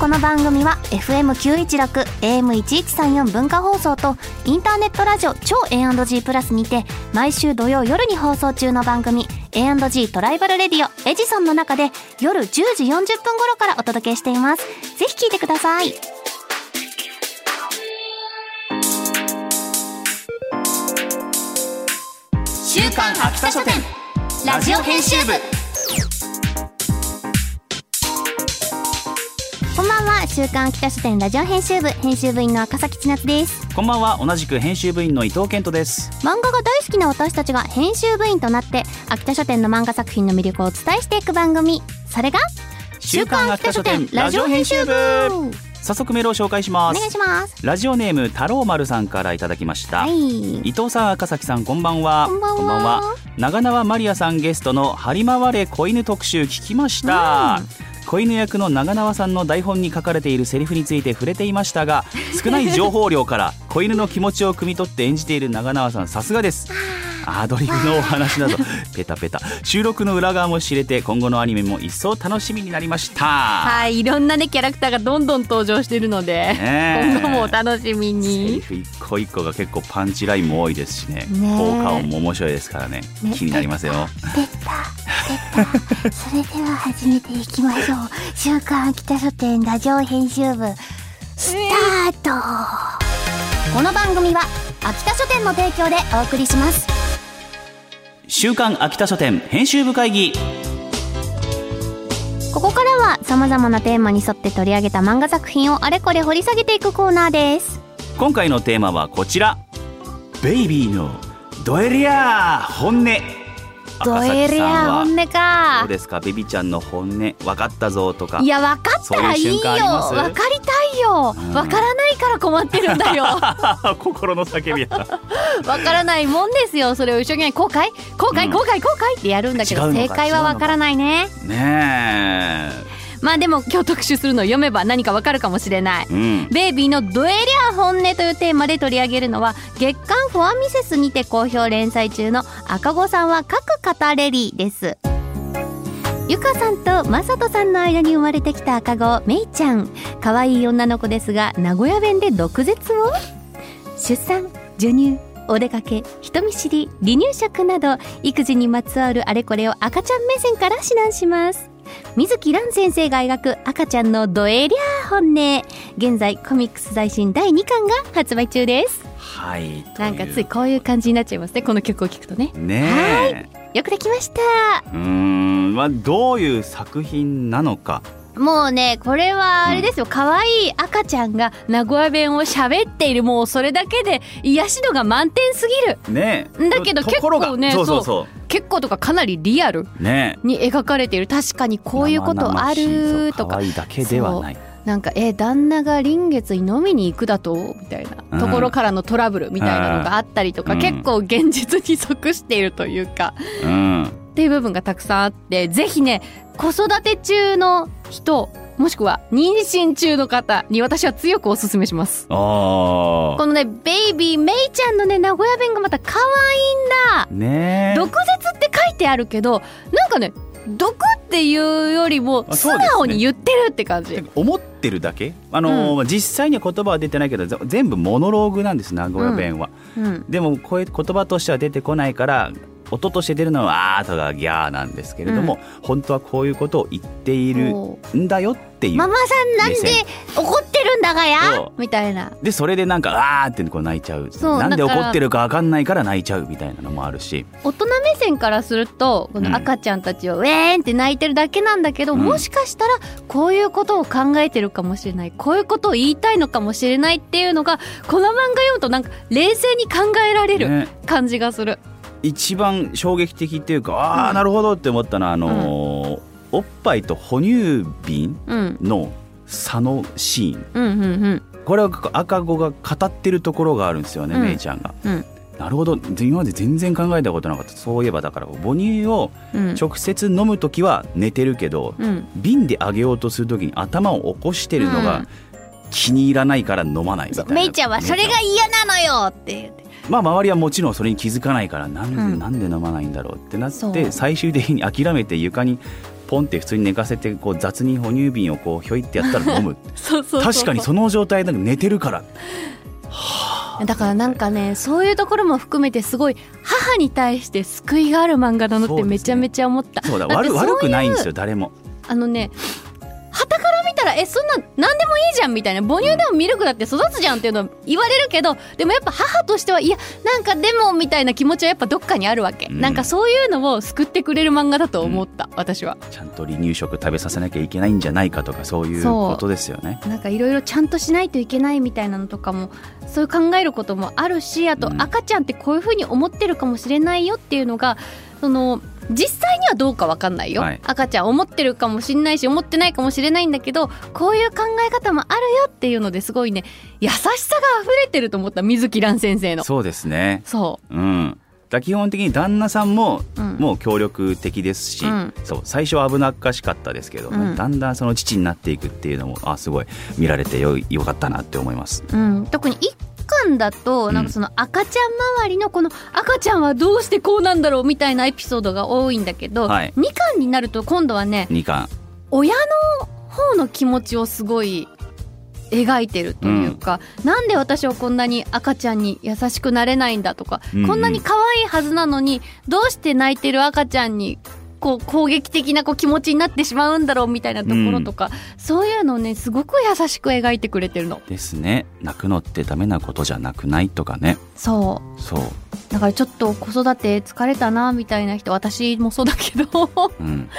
この番組は FM916 AM1134 文化放送とインターネットラジオ超 A&G プラスにて毎週土曜夜に放送中の番組 A&G トライバルレディオエジソンの中で夜10時40分頃からお届けしていますぜひ聞いてください週刊秋田書店ラジオ編集部こんばんは週刊秋田書店ラジオ編集部編集部員の赤崎千夏ですこんばんは同じく編集部員の伊藤健人です漫画が大好きな私たちが編集部員となって秋田書店の漫画作品の魅力をお伝えしていく番組それが週刊秋田書店ラジオ編集部お早速メールを紹介しま願いすしますラジオネーム太郎丸さんからいただきました、はい伊藤さん赤崎さんこんばんはこんばんは長縄マリアさんゲストの張り回れ子犬特集聞きました、子犬役の長縄さんの台本に書かれているセリフについて触れていまし たが少ない情報量から子犬の気持ちを汲み取って演じている長縄さんさすがですアドリブのお 話などペタペタ収録の裏側も知れて今後のアニメも一層楽しみになりました、はいいろんなねキャラクターがどんどん登場してるので、ねえ今後もお楽しみセリにフ一個一個が結構パンチラインも多いですしねねえ効果音も面白いですからねね気になりますよ出た出たそれでは始めていきましょう週刊秋田書店ラジオ編集部スタートこの番組は秋田書店の提供でお送りします週刊秋田書店編集部会議ここからは様々なテーマに沿って取り上げた漫画作品をあれこれ掘り下げていくコーナーです今回のテーマはこちらベイビーのドエリアー本音ドエリア赤崎さんは本音どかうですかベビちゃんの本音分かったぞとかいや分かっそたうらいういいよ瞬間あります分かりたいようん分からないから困ってるんだよ 心の叫び だ分からないもんですよそれを一生懸命後悔後う悔ん後悔後悔ってやるんだけ違うどのか正解は分からないねねまあでも今日特集するのを読めば何か分かるかもしれないえうんベイビーのドエリア本音というテーマで取り上げるのは月刊フォアミセスにて好評連載中の赤子さんは各語れりですゆかさんとまさとさんの間に生まれてきた赤子めいちゃん可愛い女の子ですが名古屋弁で毒舌を出産授乳お出かけ人見知り離乳食など育児にまつわるあれこれを赤ちゃん目線から指南します水木蘭先生が描く赤ちゃんのドエリア本音現在コミックス最新第2巻が発売中ですはいとなんかついこういう感じになっちゃいますねこの曲を聴くとねねよくできましたえうーんまあどういう作品なのかもうねこれはあれですよ可愛い赤ちゃんが名古屋弁を喋っているもうそれだけで癒し度が満点すぎるねえだけどところが結構ねそうそうそ結構とかかなりリアルうねえに描かれている確かにこういうことあると可か愛いだけではないなんかえ旦那が臨月に飲みに行くだとみたいうんなところからのトラブルみたいなのがあったりとか、うん結構現実に即しているというか、うんっていう部分がたくさんあってぜひね子育て中の人もしくは妊娠中の方に私は強くおすすめします。あこのねベイビーメイちゃんのね名古屋弁がまた可愛いんだあねえ毒舌って書いてあるけどなんかね毒っていうよりもあそ素うですね直に言ってるって感じ、思ってるだけあのー、実際には言葉は出てないけどぜ全部モノローグなんです名古屋弁は、うんでもこういう言葉としては出てこないから音として出るのは「あ」とか「ギャー」なんですけれども、本当はこういうことを言っているもうんだよっていう、ママさんなんで目線怒ってるんだがやそうみたいなでそれでなんか「あ」ってこう泣いちゃうそうなんでだ怒からってるか分かんないから泣いちゃうみたいなのもあるし大人目線からするとこうんの赤ちゃんたちはウェーンって泣いてるだけなんだけど、うんもしかしたらこういうことを考えてるかもしれないこういうことを言いたいのかもしれないっていうのがこの漫画読むとなんか冷静に考えられるね感じがする、一番衝撃的っていうかああ、なるほどって思ったのはあのーおっぱいと哺乳瓶うん、の差のシーンうんうんうんこれは赤子が語ってるところがあるんですよね、うんめいちゃんが。うんなるほど今まで全然考えたことなかったそういえばだから母乳をうん直接飲む時は寝てるけど、うん瓶であげようとする時に頭を起こしてるのうがん気に入らないから飲まないみたいな。めいちゃんはそれめいちが嫌なのよって言ってゃんまあ周りはもちろんそれに気づかないからなうん,、んなんで飲まないんだろうってなっそてう最終的に諦めて床にポンって普通に寝かせてこう雑に哺乳瓶をこうひょいってやったら飲む そうそうそう確かにその状態で寝てるからだからなんかねそういうところも含めてすごい母に対して救いがある漫画だなっそうてですねめちゃめちゃ思った、そうだだって悪そういう悪くないんですよ誰もあのね旗から見たらえそんな何でもいいじゃんみたいな母乳でもミルクだって育つじゃんっていうのは言われるけどでもやっぱ母としてはいやなんかでもみたいな気持ちはやっぱどっかにあるわけ、うんなんかそういうのを救ってくれる漫画だと思った、私はちゃんと離乳食食べさせなきゃいけないんじゃないかとかそういうそうことですよねなんかいろいろちゃんとしないといけないみたいなのとかもそういう考えることもあるしあとうん赤ちゃんってこういうふうに思ってるかもしれないよっていうのがその実際にはどうかわかんないよ、はい赤ちゃん思ってるかもしれないし思ってないかもしれないんだけどこういう考え方もあるよっていうのですごいね優しさが溢れてると思った水木蘭先生のそうですねそうんだから基本的に旦那さんもう、うん、もう協力的ですし、うんそう最初は危なっかしかったですけど、うんだんだんその父になっていくっていうのもあすごい見られてよよかったなって思います。うん、特に一巻だとうんなんかその赤ちゃん周りのこの赤ちゃんはどうしてこうなんだろうみたいなエピソードが多いんだけど、はい2巻になると今度はね二巻親の方の気持ちをすごい描いてるというか、なんで私はこんなに赤ちゃんに優しくなれないんだとか、うんうんこんなに可愛いはずなのにどうして泣いてる赤ちゃんにこう攻撃的なこう気持ちになってしまうんだろうみたいなところとか、そういうのをねすごく優しく描いてくれてるの。ですね泣くのってダメなことじゃなくないとかねそうそう、だからちょっと子育て疲れたなみたいな人私もそうだけど うん、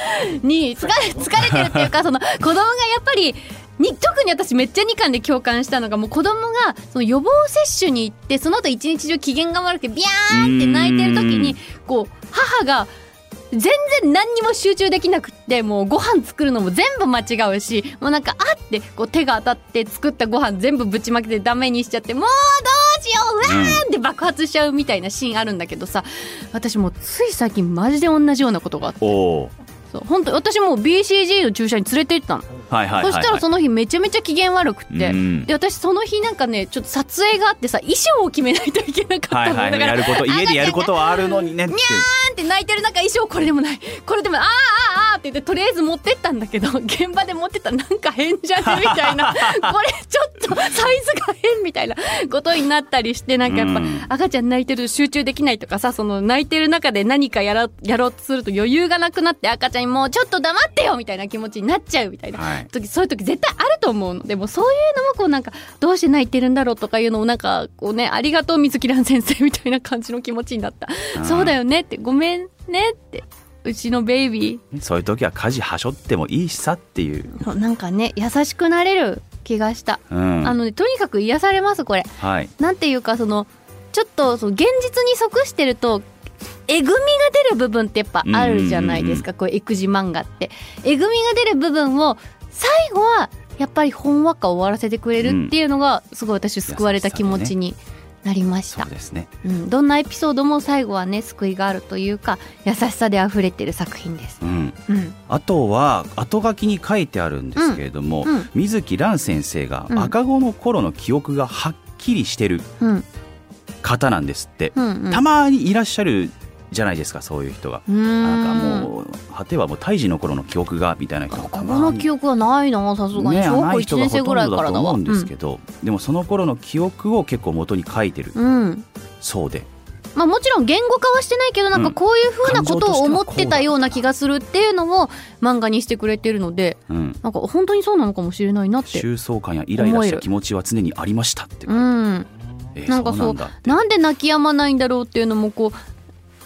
に疲れ疲れてるっていうかその 子供がやっぱりに特に私めっちゃ2巻で共感したのがもう子供がその予防接種に行ってその後一日中機嫌が悪くてビャーンって泣いてる時うにんこう母が全然何にも集中できなくってもうご飯作るのも全部間違うしもうなんかあってこう手が当たって作ったご飯全部ぶちまけてダメにしちゃってもうどうしよううわうで爆発しちゃうみたいなシーンあるんだけどさ私もうつい最近マジで同じようなことがあってん、おーそう本当私もう BCG の注射に連れて行ったの、はいはいはい、はい、そしたらその日めちゃめちゃ機嫌悪くって、うんで私その日なんかねちょっと撮影があってさ衣装を決めないといけなかったの、はいはいだかやらることが家でやることはあるのにねってパンって泣いてる中衣装これでもないこれでもないあーあーあーって言ってとりあえず持ってったんだけど 現場で持ってったらなんか変じゃねみたい なこれちょっとサイズが変みたいなことになったりしてなんかやっぱ、うん赤ちゃん泣いてると集中できないとかさその泣いてる中で何かやろうやろうとすると余裕がなくなって赤ちゃんにもうちょっと黙ってよみたいな気持ちになっちゃうみたいな。はい時そういう時絶対あると思うのでもそういうのもこうなんかどうして泣いてるんだろうとかいうのをなんかこうねありがとう水木蘭先生みたいな感じの気持ちになったうんそうだよねってごめんねってうちのベイビそういう時は家事はしょってもいいしさっていう、ーなんかね優しくなれる気がした、うん、あのねとにかく癒されますこれはいなんていうかそのちょっとその現実に即してるとえぐみが出る部分ってやっぱあるじゃないですか、こういう育児漫画ってえぐみが出る部分を最後はやっぱりほんわか終わらせてくれるっていうのがすごい私救われた気持ちになりましそたう、ですねうん、どんなエピソードも最後はね救いがあるというか優しさで溢れてる作品です、うんうん、あとは後書きに書いてあるんですけれども、うんうん水木蘭先生がうん赤子の頃の記憶がはっきりしてるうん方なんですって、うんうんたまにいらっしゃるじゃないですかそういう人が。うーんなんかもう果てはもう胎児の頃の記憶がみたいな人がたこまのに記憶はないなさすがに、ね小な学校い人1が年生ほとぐんらいかどだらとだわ思うんですけど、でもその頃の記憶を結構元に書いてるうんうんそうで、まあ、もちろん言語化はしてないけどなんかこういう風なことを思ってたような気がするっていうのを漫画にしてくれてるのでうん、なんか本当にそうなのかもしれないなって。収束感やイライラした気持ちは常にありましたって、うん、えーなんかそうなんだってなんで泣き止まないんだろうっていうのもこう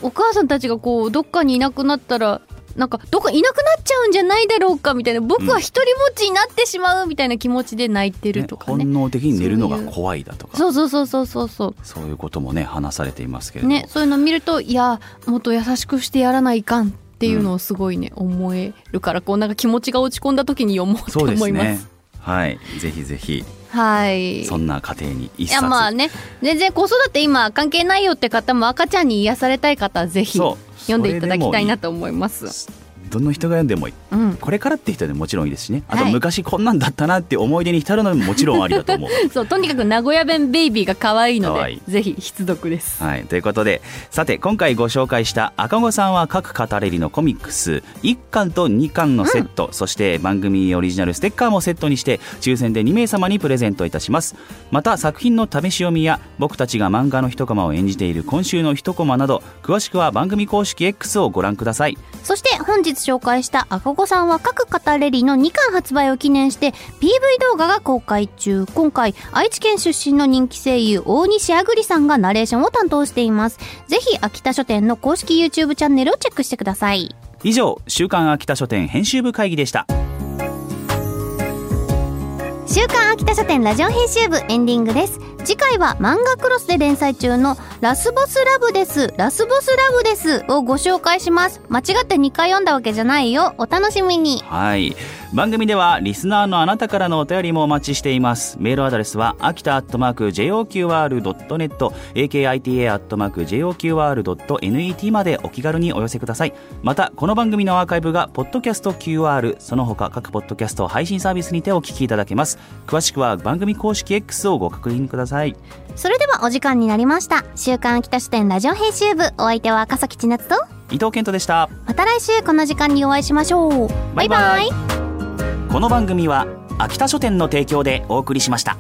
お母さんたちがこうどっかにいなくなったらなんかどっかいなくなっちゃうんじゃないだろうかみたいな僕は一人ぼっちになってしまうみたいな気持ちで泣いてるとかね本能的に寝るのが怖いだとかそうそうそうそうそうそそういうこともね話されていますけれうども、ねそういうの見るといやもっと優しくしてやらないかんっていうのをすごいね、思えるからこうなんか気持ちが落ち込んだ時に読もうとそうで思すいますね。はい、ぜひぜひはい。そんな家庭に一い冊やまあね全然子育て今関係ないよって方も赤ちゃんに癒されたい方はぜひそう読んでいただきたいなと思います。どの人が読んでもいい、ううんこれからって人でももちろんいいですしねあとはい昔こんなんだったなって思い出に浸るのももちろんありだと思う。そうとにかく名古屋弁ベイビーが可愛いので可愛いぜひ必読ですはい、ということでさて今回ご紹介した「赤子さんは各語れり」のコミックス1巻と2巻のセット、そして番組オリジナルステッカーもセットにして抽選で2名様にプレゼントいたしますまた作品の試し読みや僕たちが漫画の一コマを演じている今週の一コマなど詳しくは番組公式 X をご覧くださいそして本日紹介した赤子さんは各語レリの2巻発売を記念して PV 動画が公開中今回愛知県出身の人気声優大西あぐりさんがナレーションを担当していますぜひ秋田書店の公式 YouTube チャンネルをチェックしてください以上「週刊秋田書店編集部会議」でした週刊秋田書店ラジオ編集部エンディングです次回は漫画クロスで連載中のラスボスラブですラスボスラブですをご紹介します間違って2回読んだわけじゃないよお楽しみにはい番組ではリスナーのあなたからのお便りもお待ちしていますメールアドレスは秋田アットマーク JOQR.net akita アットマーク JOQR.net までお気軽にお寄せくださいまたこの番組のアーカイブがポッドキャスト QR その他各ポッドキャスト配信サービスにてお聞きいただけます詳しくは番組公式 X をご確認くださいそれではお時間になりました週刊秋田書店ラジオ編集部お相手は赤崎千夏と伊藤健人でしたまた来週この時間にお会いしましょうバイバイこの番組は秋田書店の提供でお送りしました